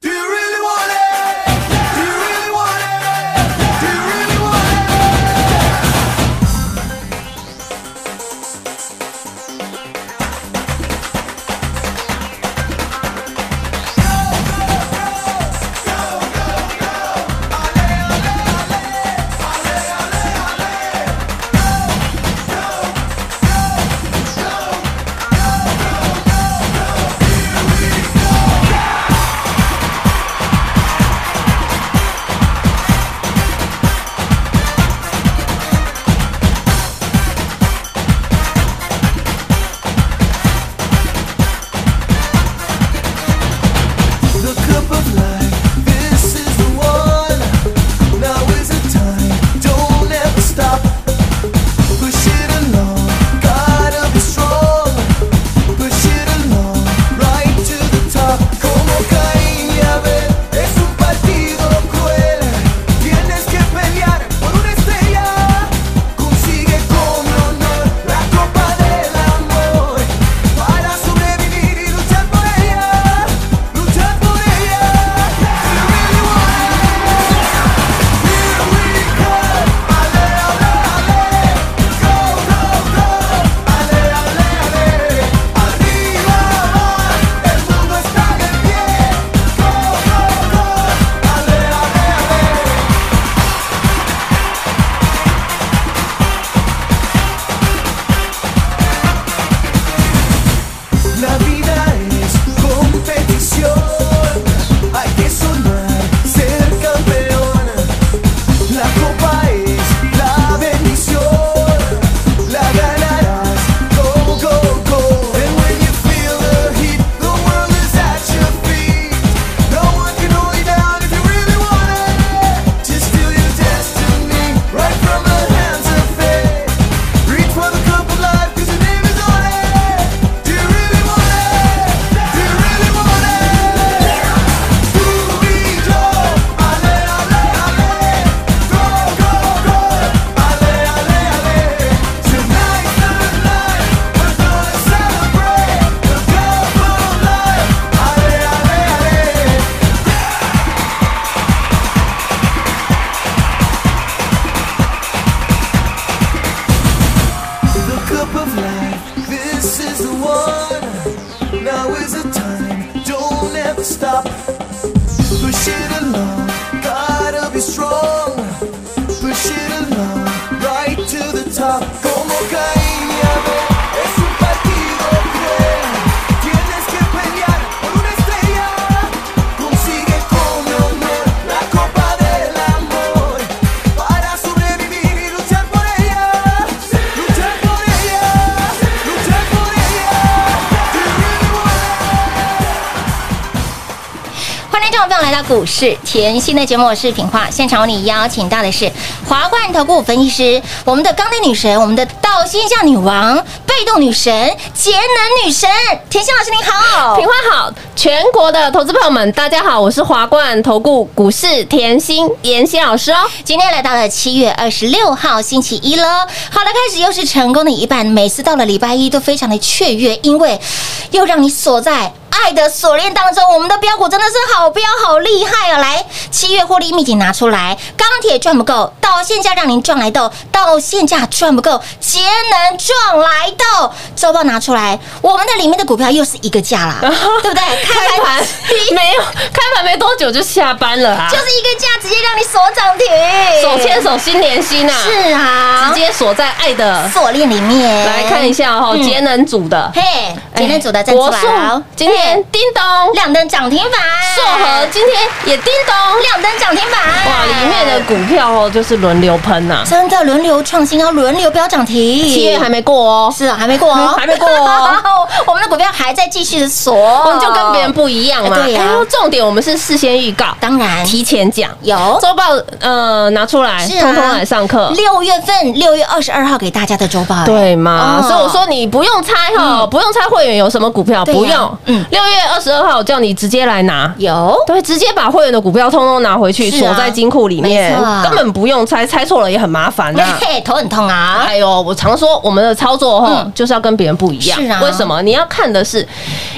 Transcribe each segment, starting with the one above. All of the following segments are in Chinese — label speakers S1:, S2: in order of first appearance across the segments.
S1: Do you really want it? Do you really want it? Do you really want it?
S2: 股市甜心的节目，我是品化，现场为你邀请到的是华冠投顾分析师，我们的钢铁女神，我们的倒星象女王，被动女神，节能女神，甜心老师您好，
S3: 品化好，全国的投资朋友们，大家好，我是华冠投顾股市甜心妍希老师哦，
S2: 今天来到了七月二十六号星期一喽，好的，开始又是成功的一半，每次到了礼拜一都非常的雀跃，因为又让你锁在。爱的锁链当中，我们的标股真的是好标好厉害哦！来，七月获利秘籍拿出来，钢铁赚不够，到现价让您赚来豆；到现价赚不够，节能赚来豆。周报拿出来，我们的里面的股票又是一个价 啦，对不对？
S3: 开盘没有，开盘没多久就下班了啊，
S2: 就是一个价，直接让你锁涨停，
S3: 手牵手心连心啊！
S2: 是啊，
S3: 直接锁在爱的
S2: 锁链里面。
S3: 来看一下哦，节能组的，哎
S2: 嘿，节能组的站出来了，
S3: 今天。叮咚，
S2: 哦亮灯涨停板。
S3: 硕和今天也叮咚，
S2: 亮灯涨停板。
S3: 哇，里面的股票哦，就是轮流喷呐、啊，
S2: 真的轮流创新高，轮流飙涨停。
S3: 七月还没过哦，
S2: 是啊，还没过哦，
S3: 还没过哦。
S2: 我们的股票还在继续的锁，
S3: 我哦们就跟别人不一样嘛。哎
S2: 对呀、啊，
S3: 重点我们是事先预告，
S2: 当然
S3: 提前讲，
S2: 有
S3: 哦周报呃拿出来，
S2: 是啊，
S3: 通通来上课。
S2: 六月份六月二十二号给大家的周报、欸，
S3: 对嘛？哦、所以我说你不用猜哈、哦嗯，不用猜会员有什么股票，不用，嗯。六月二十二号，我叫你直接来拿。
S4: 有
S3: 对，直接把会员的股票通通拿回去，
S4: 是啊
S3: 锁在金库里面
S4: 没错，啊
S3: 根本不用猜，猜错了也很麻烦呐、
S4: 嘿，头很痛啊！
S3: 哎呦，我常说我们的操作哈、
S4: 嗯
S3: 就是要跟别人不一样。
S4: 是啊
S3: 为什么？你要看的是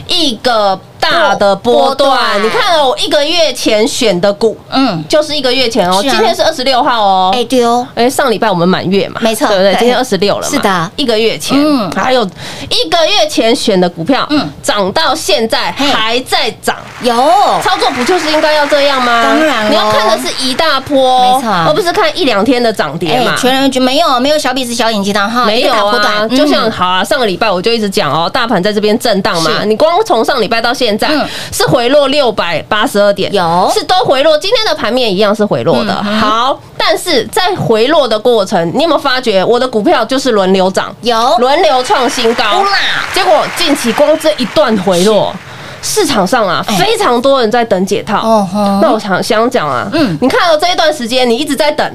S3: 一个大的
S4: 波
S3: 波段。
S4: 段
S3: 你看哦，我一个月前选的股，
S4: 嗯，
S3: 就是一个月前哦。
S4: 是啊
S3: 今天是二十六号哦。
S4: 哎对哦，
S3: 哎、上礼拜我们满月嘛，
S4: 没错
S3: 对不对？
S4: 对
S3: 今天二十六了嘛，
S4: 是的
S3: 一个月前，
S4: 嗯
S3: 还有一个月前选的股票，
S4: 嗯
S3: 嗯，涨到现在
S4: 嘿
S3: 还在涨，
S4: 有
S3: 操作不就是应该要这样吗？
S4: 当然咯哦
S3: 你要看的是一大波，
S4: 没错
S3: 而不是看一两天的涨跌嘛。
S4: 哎全人就没有没有小鼻子小眼睛的哈，
S3: 没
S4: 一
S3: 有
S4: 个打波
S3: 啊，
S4: 段
S3: 就像
S4: 嗯
S3: 好啊，上个礼拜我就一直讲哦，大盘在这边震荡嘛，
S4: 是
S3: 你光从上礼拜到现在
S4: 嗯
S3: 是回落六百八十二点，
S4: 有嗯
S3: 是都回落，今天的盘面一样是回落的。好，但是在回落的过程，你有没有发觉我的股票就是轮流涨，
S4: 有
S3: 轮流创新高
S4: 乌啦？
S3: 结果近期光这一段回落。市场上啊，
S4: 哎
S3: 非常多人在等解套。
S4: 哦吼
S3: 那我想想讲啊，
S4: 嗯
S3: 嗯，你看到这一段时间，你一直在等，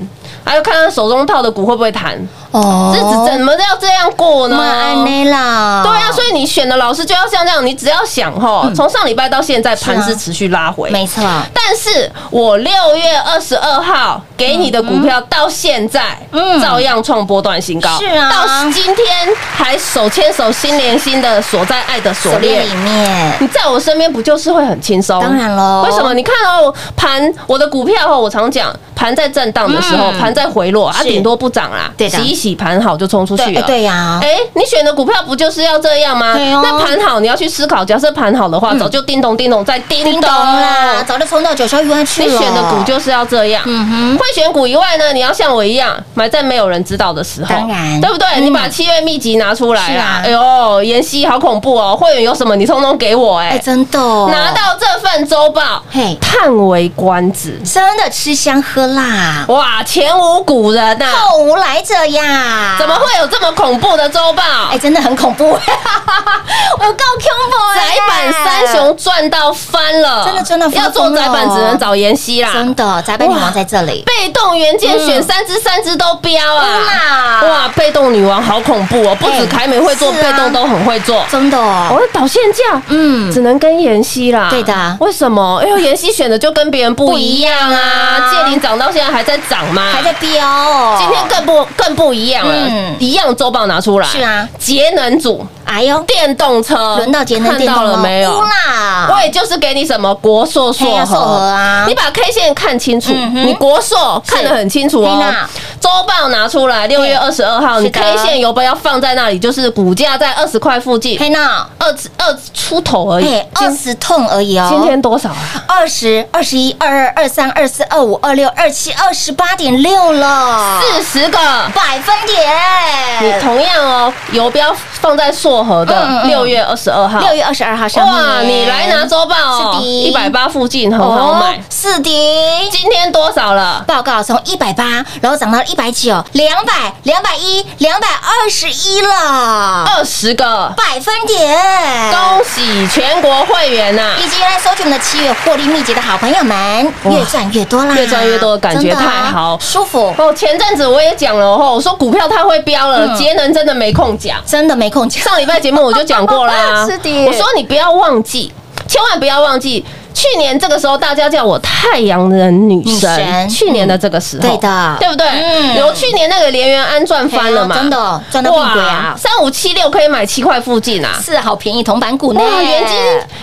S3: 还有看看手中套的股会不会弹，
S4: 哦
S3: 日子怎么要这样过呢？
S4: 嘛安内啦？
S3: 对啊，所以你选的老师就要像这样，你只要想吼，从上礼拜到现在盘
S4: 嗯是啊
S3: 是持续拉回，
S4: 没错，
S3: 但是我六月二十二号给你的股票到现在，
S4: 嗯
S3: 照样创波段新高，
S4: 是啊
S3: 到今天还手牵手心连心的锁在爱的锁
S4: 锁链
S3: 链
S4: 里。面
S3: 你在我身边不就是会很轻松？
S4: 当然喽
S3: 为什么？你看哦，盘我的股票哦，我常讲盘在震荡的时候，
S4: 嗯
S3: 盘在回落，它
S4: 是
S3: 顶多不涨啦，
S4: 对的
S3: 洗一洗盘好就冲出去
S4: 对
S3: 了
S4: 哎。对呀，
S3: 哎，你选的股票不就是要这样吗？
S4: 对哦嗯
S3: 那盘好，你要去思考。假设盘好的话，早就叮咚叮咚再叮
S4: 叮咚
S3: 咚
S4: 啦，早就冲到九霄云外去
S3: 你
S4: 了。
S3: 选的股就是要这样。
S4: 嗯哼，
S3: 会选股以外呢，你要像我一样买在没有人知道的时候，
S4: 当然
S3: 对不对？
S4: 嗯
S3: 你把七月秘籍拿出来
S4: 是啊
S3: 啦，哎呦，妍希好恐怖哦！会员有什么你通通给我，
S4: 哎
S3: 哎，
S4: 真的哦
S3: 拿到这份周报
S4: 嘿，
S3: 叹为观止，
S4: 真的吃香喝辣，
S3: 哇，前无古人呐、
S4: 后无来者呀，
S3: 怎么会有这么恐怖的周报？
S4: 哎，真的很恐 怖，我告 Q 我
S3: 啊窄板三雄赚到翻了，
S4: 哦真的赚到翻了
S3: 要做窄板只能找妍希啦，
S4: 真的嗯宅配女王在这里，
S3: 被动元件选三只，三只都标啊！
S4: 哇
S3: 哇，被动女王好恐怖哦！不
S4: 哎
S3: 止凯美会做，
S4: 是啊
S3: 被动都很会做。
S4: 真的哦，
S3: 我的导线架，
S4: 嗯
S3: 嗯，只能跟妍希啦。
S4: 对的
S3: 为什么？因为妍希选的就跟别人不一样
S4: 不一
S3: 啊！
S4: 样啊
S3: 借零涨到现在还在涨嘛，
S4: 还在飙哦，
S3: 啊今天更不更不一样了
S4: 嗯，
S3: 一样周报拿出来，
S4: 是啊，
S3: 节能组
S4: 哎呦，
S3: 电动车，
S4: 轮到节能
S3: 嗯看
S4: 电
S3: 到
S4: 动
S3: 了
S4: 哦
S3: 没有？
S4: 哭啦，
S3: 我也就是给你什么国硕
S4: 嘿
S3: 硕
S4: 要硕和
S3: 和
S4: 啊
S3: 你把 K 线看清楚，
S4: 嗯哼
S3: 你国硕看得很清楚
S4: 嘿
S3: 哦
S4: 呐。
S3: 周报拿出来，六月二十二号，
S4: 是
S3: 你
S4: 的
S3: K 线油标要放在那里，就是股价在二十块附近，
S4: 黑娜，
S3: 二十二出头而已
S4: 哎，。二
S3: 今
S4: 十痛而已哦，
S3: 今天多少啊？
S4: 二十二十一、二二、二三、二四、二五、二六、二七、二十八点六了，
S3: 四十个。
S4: 百分
S3: 你
S4: 点。
S3: 同样哦，油标放在硕和
S4: 嗯
S3: 的
S4: 嗯嗯
S3: 六月二十二号。
S4: 六月二十二号上面
S3: 哇，你来拿周报哦，
S4: 是
S3: 一
S4: 的
S3: 百八附近很好买
S4: 哦。是的。
S3: 今天多少了？
S4: 报告从一百八，然后涨到一百九、两百、两百一、两百二十一了，
S3: 二十个。
S4: 百分点。
S3: 恭喜全国会员啊呐、
S4: 以及来搜取我们的七月获利秘籍的好朋友们，
S3: 哇
S4: 越赚越多啦！
S3: 越赚越多感
S4: 真
S3: 觉
S4: 的啊
S3: 太好
S4: 舒服，
S3: 哦，前阵子我也讲了哦，我说股票太会飙了，
S4: 嗯
S3: 节能真的没空讲。
S4: 真的没空讲。
S3: 上礼拜节目我就讲过啦，
S4: 是的
S3: 我说你不要忘记，千万不要忘记，去年这个时候大家叫我太阳人女神，
S4: 女神
S3: 去年的这个时候，
S4: 对的
S3: 对不对？
S4: 嗯
S3: 有去年那个连元安赚翻了嘛，
S4: 哎呀真的赚到屁股啊！
S3: 三五七六可以买七块附近啊，
S4: 是好便宜铜板股呢，
S3: 哇，元金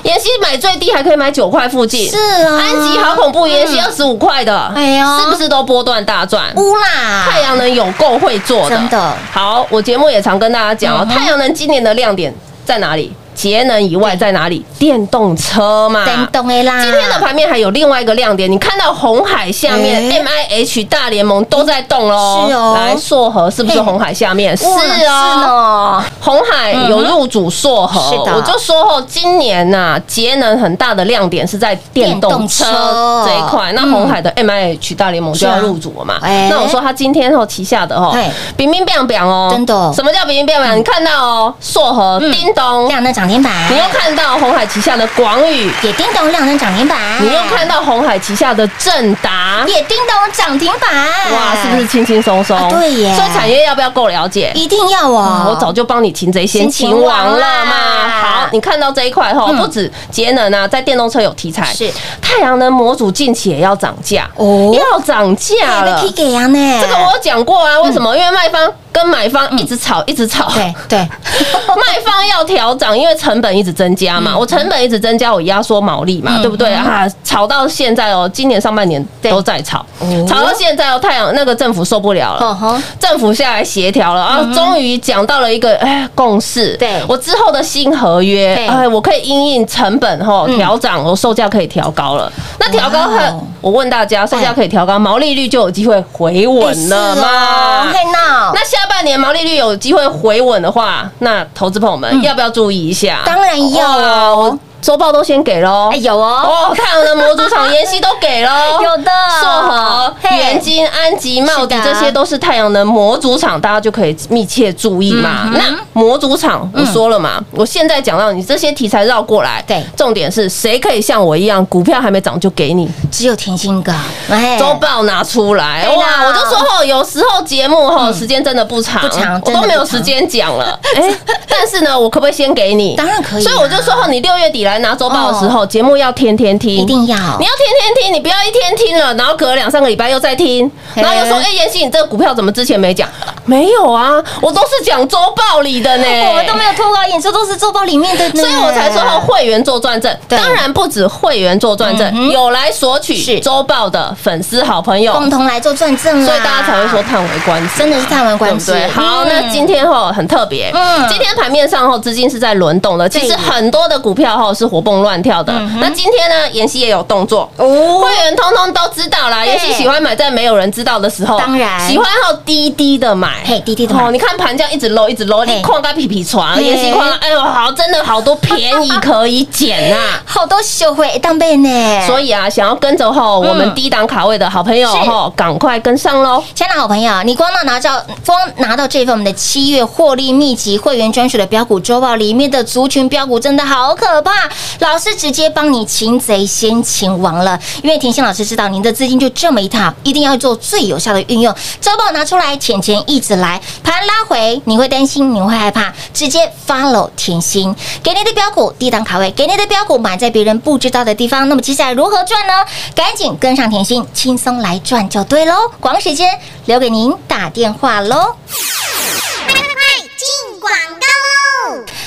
S3: 妍希买最低还可以买九块附近，
S4: 是啊，
S3: 安吉好恐怖，妍希
S4: 嗯
S3: 二十五块的，
S4: 哎呀
S3: 是不是都波段大赚？
S4: 乌啦，
S3: 太阳能有够会做的，
S4: 真的
S3: 好，我节目也常跟大家讲哦，
S4: 嗯哼
S3: 太阳能今年的亮点在哪里？节能以外在哪里？电动车嘛。
S4: 电动的啦，
S3: 啊今天的盘面还有另外一个亮点，你看到红海下面
S4: 哎
S3: M I H 大联盟都在动喽，
S4: 是哦
S3: 来硕和是不是
S4: 嘿
S3: 红海下面？是
S4: 乌啦是
S3: 哦，
S4: 哦，
S3: 红海有入主硕
S4: 嗯
S3: 和，
S4: 是的
S3: 我就说哦，今年呐、节能很大的亮点是在电动车
S4: 电动车
S3: 这一块。那
S4: 嗯
S3: 红海的 M I H 大联盟就要
S4: 是啊
S3: 入主了嘛？
S4: 哎
S3: 那我说它今天哦旗下的哦
S4: 对，
S3: 冰冰变变哦，
S4: 真的嗯
S3: 什么叫冰冰变变？你看到哦，硕和、叮咚
S4: 亮灯涨涨停板，
S3: 你又看到红海旗下的广宇，
S4: 也叮咚亮灯涨停板，
S3: 你又看到红海旗下的正达，
S4: 也叮咚涨停板，
S3: 哇，是不是？轻轻松松
S4: 啊？对耶
S3: 所以产业要不要够了解？
S4: 一定要哦！
S3: 啊我早就帮你擒贼先擒王了嘛。好，你看到这一块后，
S4: 嗯
S3: 不止节能啊，在电动车有题材，
S4: 是
S3: 太阳能模组近期也要涨价
S4: 哦哎
S3: 要涨价了
S4: 可。以给呀呢，
S3: 这个我有讲过啊，为什么？因为卖方跟买方一直吵，一直吵。
S4: 嗯对对，
S3: 卖方要调涨，因为成本一直增加嘛，我成本一直增加，我压缩毛利嘛，
S4: 嗯
S3: 对不对啊？炒到现在哦，今年上半年都在炒
S4: 哦，
S3: 炒到现在哦，太阳那个政府受不了
S4: 呵
S3: 了。
S4: 呵，
S3: 政府下来协调了啊，终于讲到了一个哎共识。
S4: 嗯对
S3: 我之后的新合约
S4: 对，
S3: 哎，我可以因应成本吼
S4: 嗯
S3: 调涨，我售价可以调高了。那调高
S4: 哇哦
S3: 后，我问大家，售价可以调高，毛利率就有机会回稳了嘛？
S4: 哎哦嘿闹，
S3: 那下半年毛利率有机会回稳的话，那投资朋友们要不要注意一下？
S4: 嗯当然要
S3: 哇我周报都先给喽
S4: 哎。有哦，
S3: 哦，太阳能模组厂 妍希都给喽，
S4: 有的
S3: 硕和、
S4: 嘿
S3: 元金、安吉、茂迪
S4: 哦是，的
S3: 这些都是太阳能模组厂，大家就可以密切注意
S4: 嗯
S3: 嘛。那模组厂，我说了嘛，我现在讲到你这些题材绕过来，
S4: 对
S3: 重点是谁可以像我一样，股票还没涨就给你，
S4: 只有甜心哥，哎
S3: 周报拿出来
S4: 对啦
S3: 哇！我就说吼，有时候节目吼时间真的不长，
S4: 嗯不长
S3: 我
S4: 真的
S3: 都
S4: 不
S3: 没有
S4: 长
S3: 时间 讲了。哎，但是呢，我可不可以先给你？
S4: 当然可以啊哦
S3: 所以我就说吼，你六月底来拿周报的时候，节目要天天听，
S4: 一定要
S3: 你，要天天听，你不要一天听了，然后隔两三个礼拜又再听，
S4: 嘿
S3: 然后又说：“哎，妍希，你这个股票怎么之前没讲？”没有啊，我都是讲周报里的呢，
S4: 我们都没有脱稿演出，都是周报里面的呢，
S3: 所以我才说后会员做转正，
S4: 对
S3: 当然不止会员做转
S4: 嗯哼
S3: 正，有来索
S4: 是
S3: 取周报的粉丝好朋友，
S4: 共同来做啊转正啦，
S3: 所以大家才会说叹为观止，
S4: 真的是叹为
S3: 对
S4: 观
S3: 不
S4: 止
S3: 对？。好，
S4: 嗯
S3: 那今天吼很特别，
S4: 嗯
S3: 今天盘面上吼资金是在轮动的，其实
S4: 对嗯
S3: 很多的股票吼是活蹦乱跳的。那今天呢，妍希也有动作。
S4: 哦
S3: 会员通通都知道啦，
S4: 对
S3: 妍希喜欢买在没有人知道的时候，
S4: 当然
S3: 喜欢后低低的买，
S4: 嘿低低地买
S3: 哦，你看盘这样一直 low 一直 low，
S4: 嘿
S3: 你矿到皮皮床，
S4: 嘿
S3: 妍希矿到，哎呦，好，真的好多便宜可以捡呐、
S4: 好多秀会当背呢，
S3: 所
S4: 以。
S3: 以啊，想要跟着吼我们低档卡位的好朋友
S4: 嗯是
S3: 吼，赶快跟上喽。
S4: 亲爱的好朋友，你光那拿到光拿到这份我们的七月获利秘籍会员专属的标股周报里面的族群标股，真的好可怕！老师直接帮你擒贼先擒王了，因为甜心老师知道您的资金就这么一套，一定要做最有效的运用。周报拿出来，钱钱一直来，盘拉回，你会担心，你会害怕，直接 follow 甜心，给你的标股低档卡位，给你的标股买在别人不知道的地方。那么接下来如何赚呢？赶紧跟上甜心，轻松来赚就对喽。广告时间留给您打电话喽。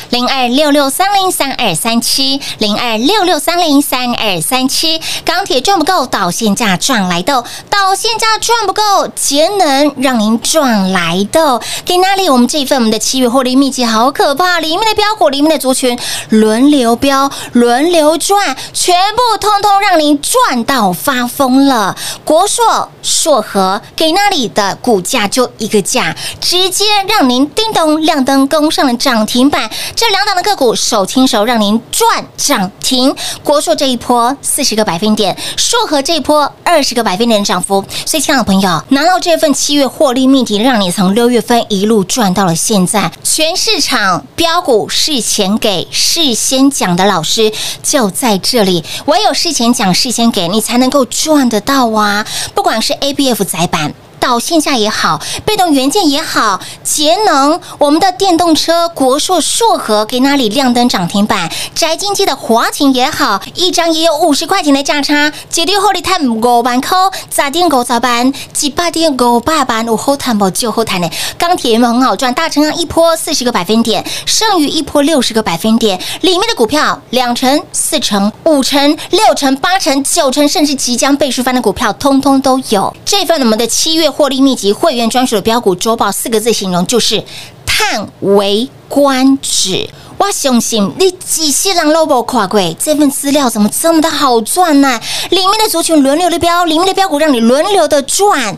S4: 零二六六三零三二三七，零二六六三零三二三七。钢铁赚不够，导线价赚来的；导线价赚不够，节能让您赚来的。给哪里？我们这一份我们的七月获利秘籍好可怕，里面的标股，里面的族群轮流标，轮流赚，全部通通让您赚到发疯了。国硕、硕和给那里的股价就一个价，直接让您叮咚亮灯攻上了涨停板。这两档的个股手牵手，让您赚涨停。国硕这一波四十个百分点，硕和这一波二十个百分点的涨幅。所以，亲爱的朋友，拿到这份七月获利命题，让你从六月份一路赚到了现在。全市场标股事前给、事先讲的老师就在这里，唯有事前讲、事先给你，才能够赚得到啊！不管是 A B F 载板。到线下也好，被动元件也好，节能，我们的电动车国硕硕和给那里亮灯涨停板，宅经济的华勤也好，一张也有五十块钱的价差，绝对获利探五万块，咋点五咋办？几百点五百万，有后谈不就后谈呢？钢铁有没有很好赚？大成钢啊一波四十个百分点，剩余一波六十个百分点，里面的股票两成、四成、五成、六成、八成、九成，甚至即将倍数翻的股票，通通都有。这份我们的七月获利秘籍会员专属的标股周报，四个字形容就是叹为观止。我相信你几世人都无看过，这份资料怎么这么的好赚呢、里面的族群轮流的标，里面的标股让你轮流的赚。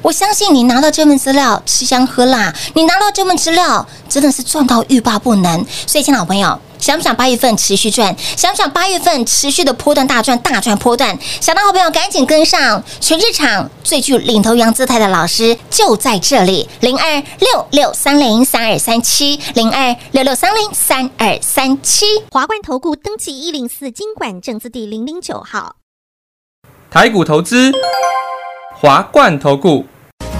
S4: 我相信你拿到这份资料吃香喝辣，你拿到这份资料真的是赚到欲罢不能。所以，亲爱的朋友。想不想八月份持续赚？想不想八月份持续的波段大赚、大赚波段？想到好朋友赶紧跟上，全市场最具领头羊姿态的老师就在这里，零二六六三零三二三七，零二六六三零三二三七。
S5: 华冠投顾登记一零四经管证字第零零九号。
S6: 台股投资，华冠投顾。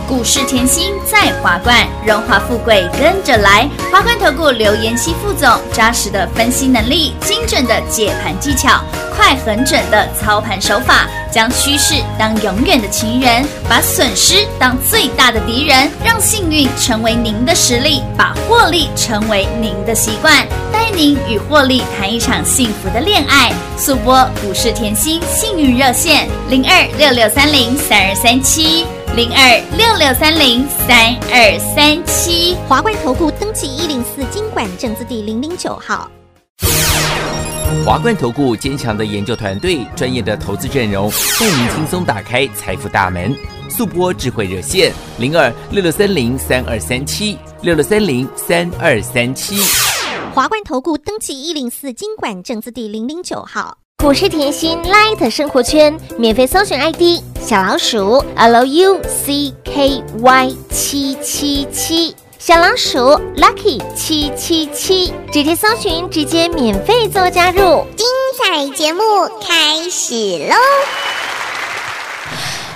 S7: 股市甜心在华冠，荣华富贵跟着来。华冠投顾刘延熙副总，扎实的分析能力，精准的解盘技巧，快狠准的操盘手法，将趋势当永远的情人，把损失当最大的敌人，让幸运成为您的实力，把获利成为您的习惯，带您与获利谈一场幸福的恋爱。速播股市甜心幸运热线零二六六三零三二三七。零二六六三零三二三七。
S5: 华冠投顾登记一零四经管证字第零零九号。
S8: 华冠投顾坚强的研究团队，专业的投资阵容，带您轻松打开财富大门。速播智慧热线零二六六三零三二三七六六三零三二三七。
S5: 华冠投顾登记一零四经管证字第零零九号。股市甜心 Light 生活圈免费搜寻 ID 小老鼠 Lucky 七七七，小老鼠 Lucky 七七七，直接搜寻，直接免费做加入，精彩节目开始喽！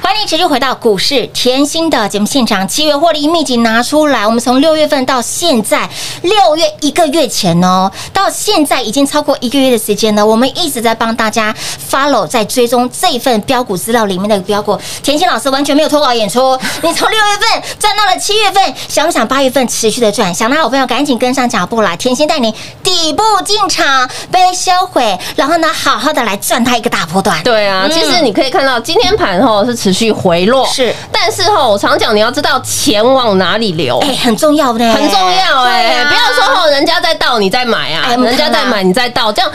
S4: 欢迎持续回到股市甜心的节目现场，七月获利秘籍拿出来，我们从六月份到现在，六月一个月前哦，到现在已经超过一个月的时间了，我们一直在帮大家 follow 在追踪这份标股资料里面的标股，甜心老师完全没有脱稿演出，你从六月份赚到了七月份，想不想八月份持续的赚？想的好朋友赶紧跟上脚步来，甜心带你底部进场，被销毁，然后呢，好好的来赚它一个大波段。
S3: 对啊，
S4: 嗯
S3: 其实你可以看到今天盘后是持续回落，
S4: 是
S3: 但是吼，我常讲你要知道钱往哪里流。
S4: 哎、很重要的，
S3: 很重要哎、
S4: 对啊
S3: 不要说吼人家在倒，你在买啊，
S4: 哎我们
S3: 人家在
S4: 看啊
S3: 买，你在倒，这样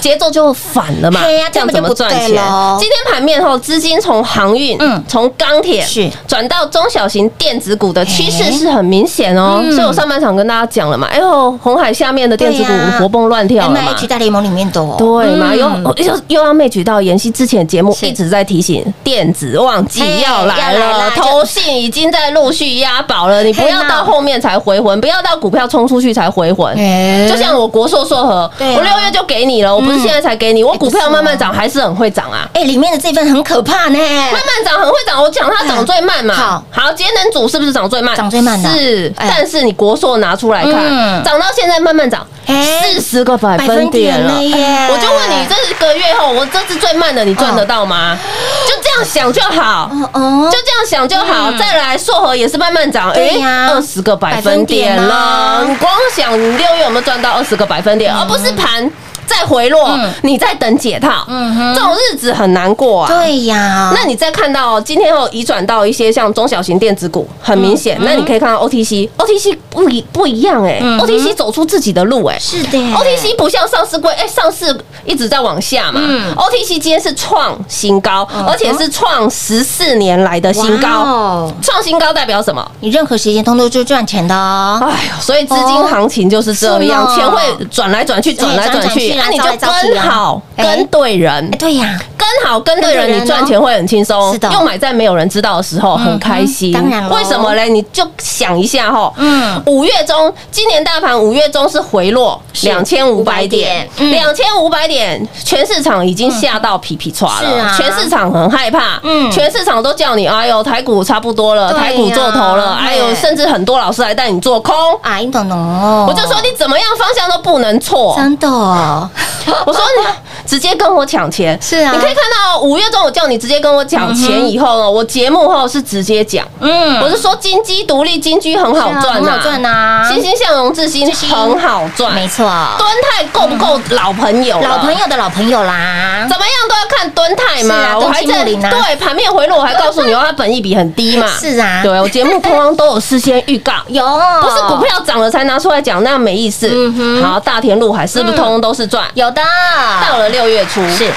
S3: 节奏就反了嘛。
S4: 对呀
S3: 这样怎么赚
S4: 这样就
S3: 钱
S4: 不对咯？
S3: 今天盘面后，资金从航运，
S4: 嗯
S3: 嗯，从钢铁
S4: 是
S3: 转到中小型电子股的趋势
S4: 哎
S3: 是很明显哦。
S4: 嗯
S3: 所以我上半场跟大家讲了嘛，哎呦，红海下面的电子股
S4: 对呀
S3: 活蹦乱跳了
S4: M
S3: 嘛。
S4: H 大联盟里面的哦，
S3: 对嘛？
S4: 嗯
S3: 又又又要媚举到妍希之前节目
S4: 是
S3: 一直在提醒，电子旺季
S4: 嘿
S3: 要来
S4: 要来啦
S3: 了，
S4: 就
S3: 投信已经在陆续押宝了，你不
S4: 嘿
S3: 要
S4: 呐
S3: 到后面才回魂，不要到股票冲出去才回魂。
S4: 哎
S3: 就像我国硕硕和，
S4: 对啊
S3: 我六月就给你了，我不
S4: 嗯
S3: 是现在才给你，我
S4: 哎
S3: 股
S4: 不是
S3: 票
S4: 哦
S3: 慢慢涨还是很会涨啊。
S4: 哎，里面的这份很可怕呢，
S3: 慢慢涨很会涨，我讲它涨最慢嘛。
S4: 嗯好
S3: 好，节能组是不是涨最慢？
S4: 涨最慢的
S3: 是，
S4: 哎
S3: 但是你国硕拿出来
S4: 嗯
S3: 看，涨到现在慢慢涨
S4: 哎
S3: 四十个百
S4: 百分
S3: 分
S4: 点
S3: 点了
S4: 了耶
S3: 哎我就问你，这个月后我这次最慢的，你赚得到吗？就这样想就好。
S4: 哦哦
S3: 就，这样想就好，
S4: 嗯
S3: 再来硕和也是慢慢涨，
S4: 对呀
S3: 二十个百分点
S4: 百分点啊
S3: 了。你光想你六月有没有赚到二十个百分点，而不是盘再回落
S4: 嗯，
S3: 你在等解套，这种日子很难过啊。
S4: 对呀，
S3: 那你再看到今天后移转到一些像中小型电子股，很明显，那你可以看到 OTC，OTC 不一不一样哎、
S4: 嗯
S3: o t c 走出自己的路哎、
S4: 是的
S3: OTC 不像上市柜，哎、上市一直在往下嘛。
S4: 嗯哦
S3: OTC 今天是创新高，而且是创十四年来的新
S4: 哇
S3: 高。
S4: 哦
S3: 创新高代表什么？
S4: 你任何时间通通就赚钱的哦，
S3: 哎呦，所以资金行情就是这样，
S4: 哦是
S3: 钱
S4: 吗哎
S3: 会转来转去，转来转去，
S4: 转来转去
S3: 那、你就
S4: 招来招去
S3: 跟
S4: 啊
S3: 好，
S4: 哎
S3: 跟对人
S4: 哎，。对呀，
S3: 跟好跟对
S4: 跟对
S3: 人，
S4: 人
S3: 你赚钱会很轻松。
S4: 是的嗯
S3: 又买在没有人知道的时候，很开心。
S4: 当然咯
S3: 为什么嘞？你就想一下哈，
S4: 嗯
S3: 五月中今年大盘五月中是回落两千五百点，
S4: 嗯
S3: 两千五百点，全市场已经吓到皮皮抓
S4: 是啊
S3: 了，全市场很害怕，
S4: 嗯
S3: 全市场都叫你，哎呦，台股差不多了，
S4: 对呀
S3: 台股做头了，
S4: 对
S3: 哎呦，甚至很多老师来带你做空。
S4: 啊，你懂哦，
S3: 我就说你怎么样方向都不能错，
S4: 真的哦，
S3: 我说你直接跟我抢钱，
S4: 是啊
S3: 你可以看到五月中我叫你直接跟我抢钱以后呢，我节目后是直接讲，
S4: 嗯
S3: 我是说金鸡独立金居很好赚
S4: 是啊
S3: 呐，
S4: 很好赚呐
S3: 欣欣向荣至今很好赚，
S4: 没错，
S3: 敦泰够不够老朋友了？
S4: 啊
S3: 啊
S4: 老朋友的老朋友啦，
S3: 怎么样都要看敦泰
S4: 是啊
S3: 嘛，
S4: 敦
S3: 我
S4: 泰去木林啊。
S3: 对，盘面回落，我还告诉你哦，它本益比很低嘛。
S4: 是啊哦
S3: 对我节目通通都有事先预告，
S4: 有
S3: 不是股票涨了才拿出来讲，那没意思。
S4: 嗯
S3: 好，大田陆海是不是通通都是赚？
S4: 有的，
S3: 到了六月初，
S4: 是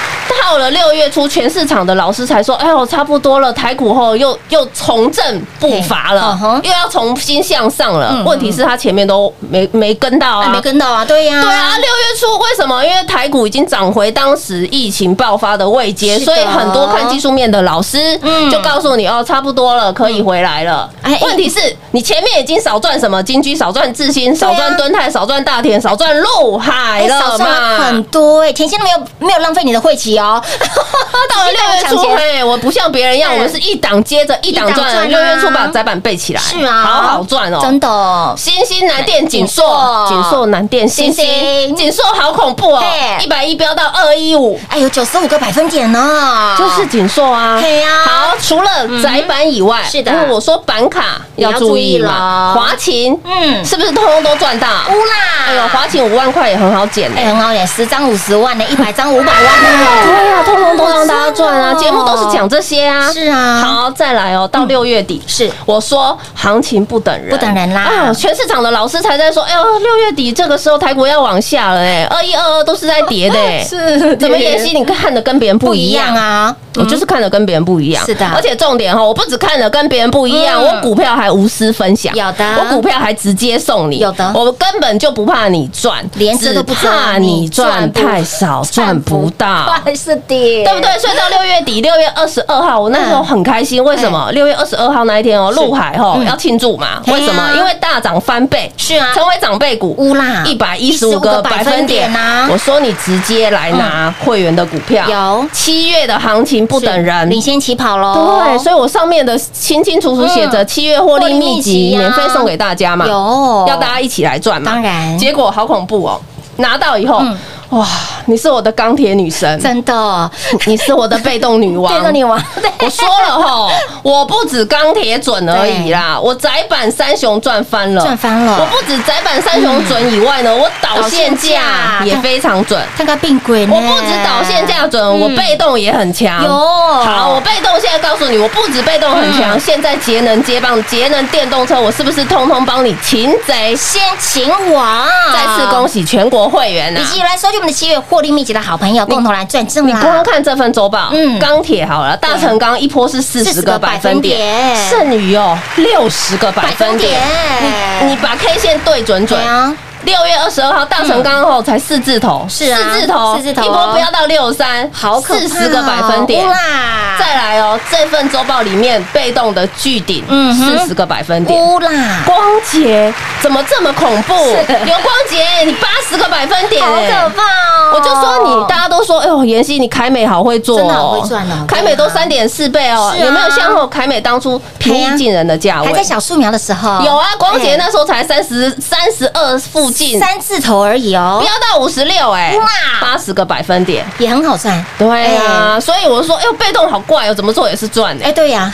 S3: 到了六月初，全市场的老师才说：“哎呦，差不多了，台股后又又重振步伐
S4: 嘿嗯
S3: 了
S4: 哼，
S3: 又要重新向上了
S4: 嗯。”
S3: 问题是他前面都没没跟到
S4: 啊
S3: 啊，
S4: 没跟到啊，对呀，
S3: 对啊，六月初为什么？因为台股已经涨回当时疫情爆发的位阶，
S4: 是的
S3: 所以很多看技术面的老师
S4: 嗯
S3: 就告诉你哦，差不多了，可以回来了
S4: 哎。
S3: 问题是你前面已经少赚什么金居，少赚智新，
S4: 啊
S3: 少赚敦泰，少赚大田，少赚陆海
S4: 哎，
S3: 了
S4: 少赚了很
S3: 嘛。
S4: 多哎，甜心都没有没有浪费你的晦气哦，
S3: 到了六月
S4: 直接
S3: 初，
S4: 跟我抢
S3: 嘿，我不像别人一样，
S4: 嗯
S3: 我们是一档接着一档
S4: 一档赚啊
S3: 赚。六月初把窄板背起来，
S4: 是啊，
S3: 好好赚哦，
S4: 真的，
S3: 新兴南电锦
S4: 锦硕
S3: 硕，锦硕南电新
S4: 新兴
S3: 兴，锦硕好恐怖哦
S4: 嘿，
S3: 一百一飙到二一五，
S4: 哎呦，九十五个百分点呢，
S3: 就是锦硕啊。
S4: 对呀，
S3: 好，除了窄板以外，
S4: 是的
S3: 因为我说板卡要注意
S4: 你要
S3: 嘛，
S4: 注意了
S3: 华勤，
S4: 嗯
S3: 嗯，是不是通通都赚到？
S4: 乌啦，
S3: 哎呦，华勤五万块也很好捡
S4: 哎
S3: 的。
S4: 很好耶，十张五十万呢，一百张五百万呢，
S3: 对啊，通通都让大家赚
S4: 好
S3: 啊，
S4: 赚哦
S3: 节目都是讲这些啊。
S4: 是啊
S3: 好，再来哦，到六月底
S4: 是
S3: 我说行情不等人，
S4: 不等人啦
S3: 哎呦全市场的老师才在说，哎呦，六月底这个时候台股要往下了，哎，二一二二都是在跌的，哎
S4: 是
S3: 怎么妍希你看的跟别人
S4: 不
S3: 不
S4: 一
S3: 一
S4: 样
S3: 样啊？
S4: 啊？
S3: 我就是看的跟别人不一样，
S4: 是的
S3: 而且重点哈，我不只看的跟别人不一样，
S4: 嗯
S3: 我股票还无私分享，
S4: 有的
S3: 我股票还直接送你，
S4: 有的
S3: 我根本就不怕你赚，
S4: 连这都不知道
S3: 只怕你赚
S4: 你赚不
S3: 太少，赚不到。
S4: 是的，
S3: 对不对？所以到六月底，六月二十二号，我那时候很开心。为什么？六月二十二号那一天哦，陆海哦
S4: 哎嗯
S3: 要庆祝嘛？
S4: 嘿啊
S3: 为什么？因为大涨翻倍，
S4: 是啊
S3: 成为长辈股，
S4: 乌啦
S3: 一百一十五
S4: 个
S3: 个
S4: 百
S3: 百
S4: 分
S3: 分
S4: 点
S3: 点
S4: 啊嗯
S3: 我说你直接来拿会员的股票，
S4: 有
S3: 七月的行情不等人，
S4: 领先起跑喽。
S3: 对，所以我上面的清清楚楚写着
S4: 嗯
S3: 七月获利秘
S4: 获
S3: 籍，
S4: 利秘籍啊
S3: 免费送给大家嘛，
S4: 有
S3: 要大家一起来赚嘛。
S4: 当然
S3: 结果好恐怖哦，拿到以后
S4: 嗯，
S3: 哇，你是我的钢铁女神，
S4: 真的，
S3: 你是我的被动女王，
S4: 对着你 玩，
S3: 我说了 吼，我不止钢铁准而已啦，我窄板三雄赚翻了，
S4: 赚翻了
S3: 我不止窄板三雄准以外呢，我导线哎
S4: 导线架
S3: 架也非常准。
S4: 看个病鬼呢。
S3: 我不止导线架准，我被动也很强。
S4: 有
S3: 好，我被动现在告诉你，我不止被动很强，现在节能接棒、节能电动车，我是不是通通帮你擒贼？
S4: 先请我，
S3: 再次恭喜全国会员啊呐、
S4: 以及来收集我们的七月获利秘籍的好朋友，共同来赚正
S3: 你光
S4: 啦。
S3: 看这份周报，
S4: 啊嗯
S3: 钢铁好了，大成钢一波是四十
S4: 40
S3: 个百分点，
S4: 百分
S3: 剩余哦六十个百分点。你把 K 线对准
S4: 对
S3: 准，
S4: 啊，
S3: 六月二十二号大成钢后才四字头，
S4: 是啊
S3: 四字头，
S4: 四字头哦
S3: 一波不要到六三，
S4: 好可怕哦，
S3: 四十个百分点。
S4: 啦，
S3: 再来哦，这份周报里面被动的巨顶
S4: 嗯哼
S3: 四十个百分点。
S4: 乌啦，
S3: 光洁怎么这么恐怖？
S4: 是
S3: 刘光洁，你八十个百分点、
S4: 好
S3: 欸，
S4: 可怕哦！
S3: 我就说你，大家都说，哎呦，妍希，你凯美好会做、哦，
S4: 真的好会赚哦
S3: 凯美都三点四倍哦，
S4: 是啊
S3: 有没有像我凯美当初平易近人的价位
S4: 还？在小树苗的时候，
S3: 有啊，光洁
S4: 哎
S3: 那时候才三十三十二附近，
S4: 三字头而已哦
S3: 飙，到五十六，哎
S4: 哇，
S3: 八十个百分点。
S4: 也很好赚。
S3: 对啊，所以我说，哎呦，被动好怪哦，怎么做也是赚
S4: 哎，
S3: 哎。
S4: 哎，对 呀，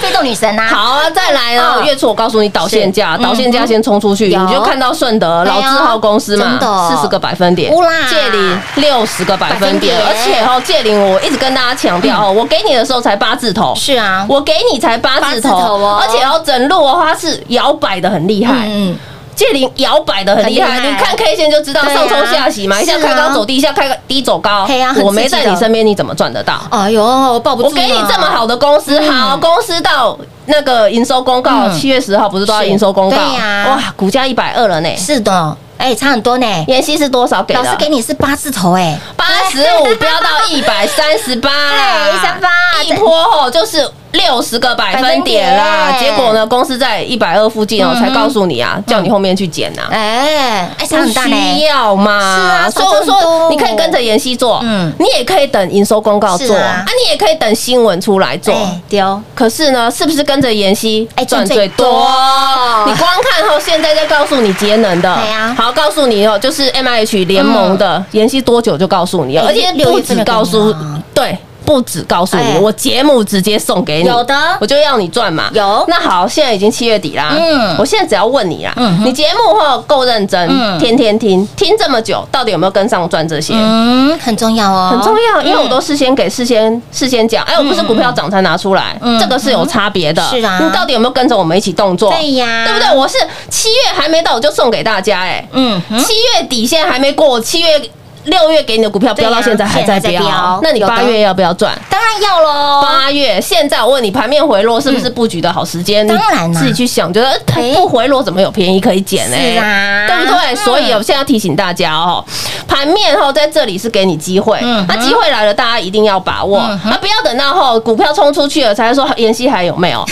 S4: 被动女神啊，
S3: 好啊，再来
S4: 哦
S3: 呢，月初我告诉你导线价，
S4: 是嗯
S3: 导线价先冲出去，
S4: 有
S3: 你就看到顺德
S4: 对啊
S3: 老字号公司嘛
S4: 真的，
S3: 四十个百分点
S4: 乌啦，
S3: 借零六十个百分点，
S4: 百
S3: 而
S4: 分点嗯
S3: 且哦，借零我一直跟大家强调哦，我给你的时候才八字头，
S4: 是啊，
S3: 我给你才八字头
S4: 八字头哦
S3: 而且哦，整路哦，它是摇摆的很厉害。
S4: 嗯嗯，
S3: 借零摇摆的很厉
S4: 很
S3: 害，
S4: 厉害
S3: 你看 K 线就知道
S4: 对啊
S3: 上冲下洗嘛，一下
S4: 是啊
S3: 开高走低，一下开低走高
S4: 嘿啊很。
S3: 我
S4: 刺激
S3: 没在你
S4: 的
S3: 身边，你怎么赚得到？
S4: 哎呦，我抱不住
S3: 我
S4: 了，
S3: 给你这么好的公司，
S4: 嗯
S3: 好公司到那个营收公告，
S4: 嗯
S3: 七月十号不是都要营收公告？
S4: 是对呀
S3: 哇，股价一百二了呢。
S4: 是的，哎，差很多呢。
S3: 妍希是多少给的？啊
S4: 老师给你是八字头哎，
S3: 八十五飙到一百三十八啦，
S4: 对138
S3: 一波吼就是六十个百分点啦。
S4: 百分点嗯
S3: 结果呢，公司在一百二附近哦，才告诉你啊，叫你后面去减呐。
S4: 哎哎，差
S3: 不
S4: 很大
S3: 需
S4: 呢。
S3: 要嘛？
S4: 是啊
S3: 所以我
S4: 少赚很多
S3: 说你可以跟着妍希做，
S4: 嗯
S3: 你也可以等营收公告
S4: 是
S3: 做
S4: 啊
S3: 啊，你也可以等新闻出来做。
S4: 哎丢，
S3: 可是呢，是不是跟着妍希
S4: 哎赚
S3: 赚
S4: 最
S3: 最
S4: 多
S3: 多？你光看后，现在在告诉你节能的，
S4: 对啊嗯
S3: 好，告诉你哦，就是 M I H 联盟的妍希多久就告诉你哦，
S4: 哎
S3: 而且
S4: 六
S3: 不
S4: 月份就
S3: 止告
S4: 给你
S3: 诉
S4: 了啊，
S3: 对，不止告诉你，
S4: 哎
S3: 我节目直接送给你，
S4: 有的
S3: 我就要你赚嘛。
S4: 有
S3: 那好，现在已经七月底啦，
S4: 嗯
S3: 我现在只要问你啦，
S4: 嗯哼
S3: 你节目哈够认真，
S4: 嗯
S3: 天天听，听这么久，到底有没有跟上赚这些？
S4: 嗯，很重要哦，
S3: 很重要，因为我
S4: 嗯
S3: 都事先给事先事先讲，哎，我不是股票涨才拿出来
S4: 嗯，
S3: 这个是有差别的。
S4: 是啊
S3: 你到底有没有跟着我们一起动作？
S4: 对呀，
S3: 对不对？？我是七月还没到，我就送给大家，哎，
S4: 嗯哼，
S3: 七月底现在还没过，七月六月给你的股票
S4: 对啊
S3: 飙到现在还
S4: 现
S3: 在
S4: 在还在飙
S3: 飙，那你八
S4: 有的
S3: 月要不要赚？
S4: 当然要喽。
S3: 八月现在我问你，盘面回落是不是布局的好时间？
S4: 当然啦
S3: 你自己去想，觉得呃它
S4: 哎
S3: 不回落怎么有便宜可以捡呢？
S4: 是啊
S3: 对不对？
S4: 嗯
S3: 所以我现在要提醒大家哦，盘面后在这里是给你机会
S4: 嗯哼，
S3: 那机会来了，大家一定要把握，
S4: 嗯哼
S3: 啊，不要等到后股票冲出去了才说呃妍希还有 没有？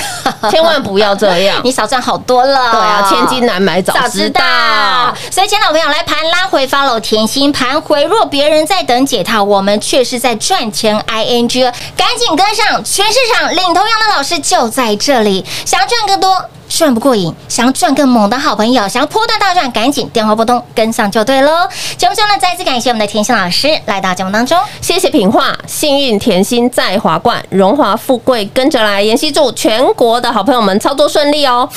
S3: 千万不要这样。
S4: 你少赚好多了，
S3: 对啊，千金难买早
S4: 早
S3: 知
S4: 知
S3: 道
S4: 道。。所以，亲爱的朋友，来盘拉回，follow 甜心盘回。若别人在等解套，我们却是在赚钱。ing，赶紧跟上，全市场领头羊的老师就在这里。想要赚更多，赚不过瘾；想要赚更猛的好朋友，想要波段大赚，赶紧电话拨通，跟上就对喽。节目最后呢，再次感谢我们的甜心老师来到节目当中。
S3: 谢谢品画，幸运甜心在华冠，荣华富贵跟着来。妍希祝全国的好朋友们操作顺利哦。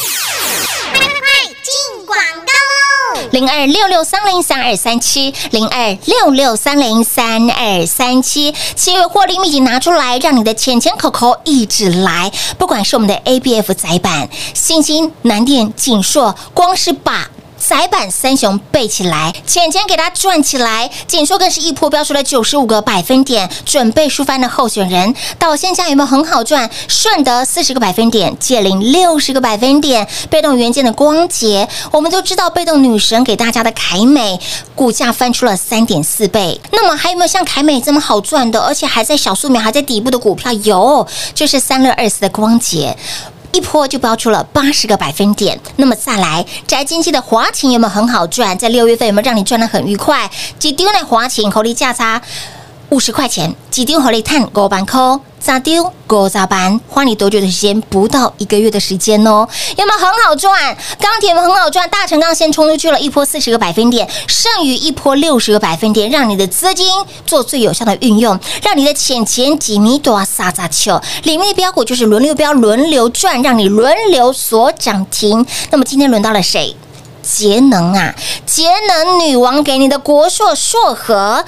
S5: 进广告喽！
S4: 零二六六三零三二三七，零二六六三零三二三七，七月获利秘籍拿出来，让你的钱钱口口一直来。不管是我们的 ABF 窄板、信心、南电、锦硕，光是把。窄板三雄背起来，钱钱给它赚起来，锦硕更是一波飙出了九十五个百分点，准备输翻的候选人。到现在有没有很好赚？顺德四十个百分点，借零六十个百分点，被动元件的光洁，我们都知道被动女神给大家的凯美股价翻出了三点四倍。那么还有没有像凯美这么好赚的，而且还在小数苗还在底部的股票？有，就是三六二四的光洁。一波就标出了八十个百分点。那么再来，宅经济的华勤有没有很好赚？在六月份有没有让你赚得很愉快？几丢呢？华勤口利价差。五十块钱，几丢合力碳五板扣，咋丢五咋板，花你多久的时间？不到一个月的时间哦，有没有很好赚？钢铁有没有很好赚？大成钢先冲出去了一波四十个百分点，剩余一波六十个百分点，让你的资金做最有效的运用，让你的钱钱几米多撒撒球，里面的标股就是轮流标、轮流赚，让你轮流所涨停。那么今天轮到了谁？节能啊，节能女王给你的国硕硕和，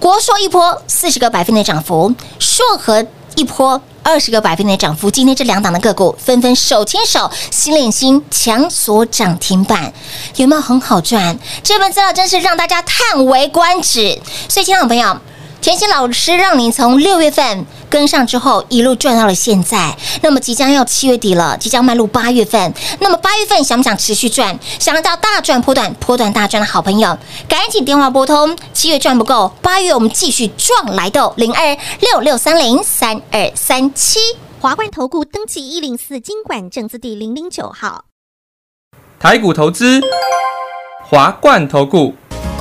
S4: 国硕一波四十个百分点涨幅，硕和一波。二十个百分点涨幅，今天这两档的个股纷纷手牵手，心连心，强锁涨停板，有没有很好赚？这份资料真是让大家叹为观止。所以，亲爱的朋友，甜心老师让你从六月份跟上之后，一路赚到了现在。那么即将要七月底了，即将迈入八月份。那么八月份想不想持续赚？想要到大赚波段、波段大赚的好朋友，赶紧电话拨通。七月赚不够，八月我们继续赚来的零二六六三零三二三七。
S5: 华冠投顾登记一零四经管证字第零零九号，
S6: 台股投资，华冠投顾。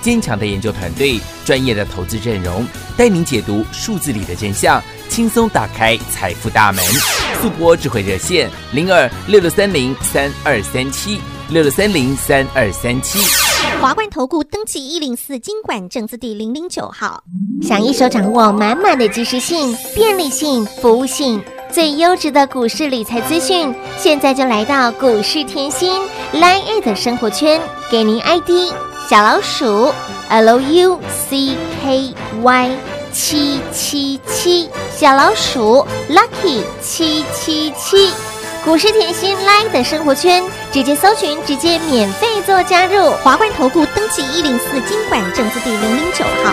S8: 坚强的研究团队，专业的投资阵容，带您解读数字里的真相，轻松打开财富大门。速播智慧热线零二六六三零三二三七六六三零三二三七。
S5: 华冠投顾登记一零四经管证字第零零九号。
S4: 想一手掌握满满的及时性、
S5: 便利性、服务性，最优质的股市理财资讯，现在就来到股市甜心 Line A 的生活圈，给您 ID 小老鼠 L U C K Y 七七七，小老鼠 Lucky 七七七。股市甜心 Line 的生活圈，直接搜寻，直接免费做加入。华冠投顾登记一零四经管证字第零零九号。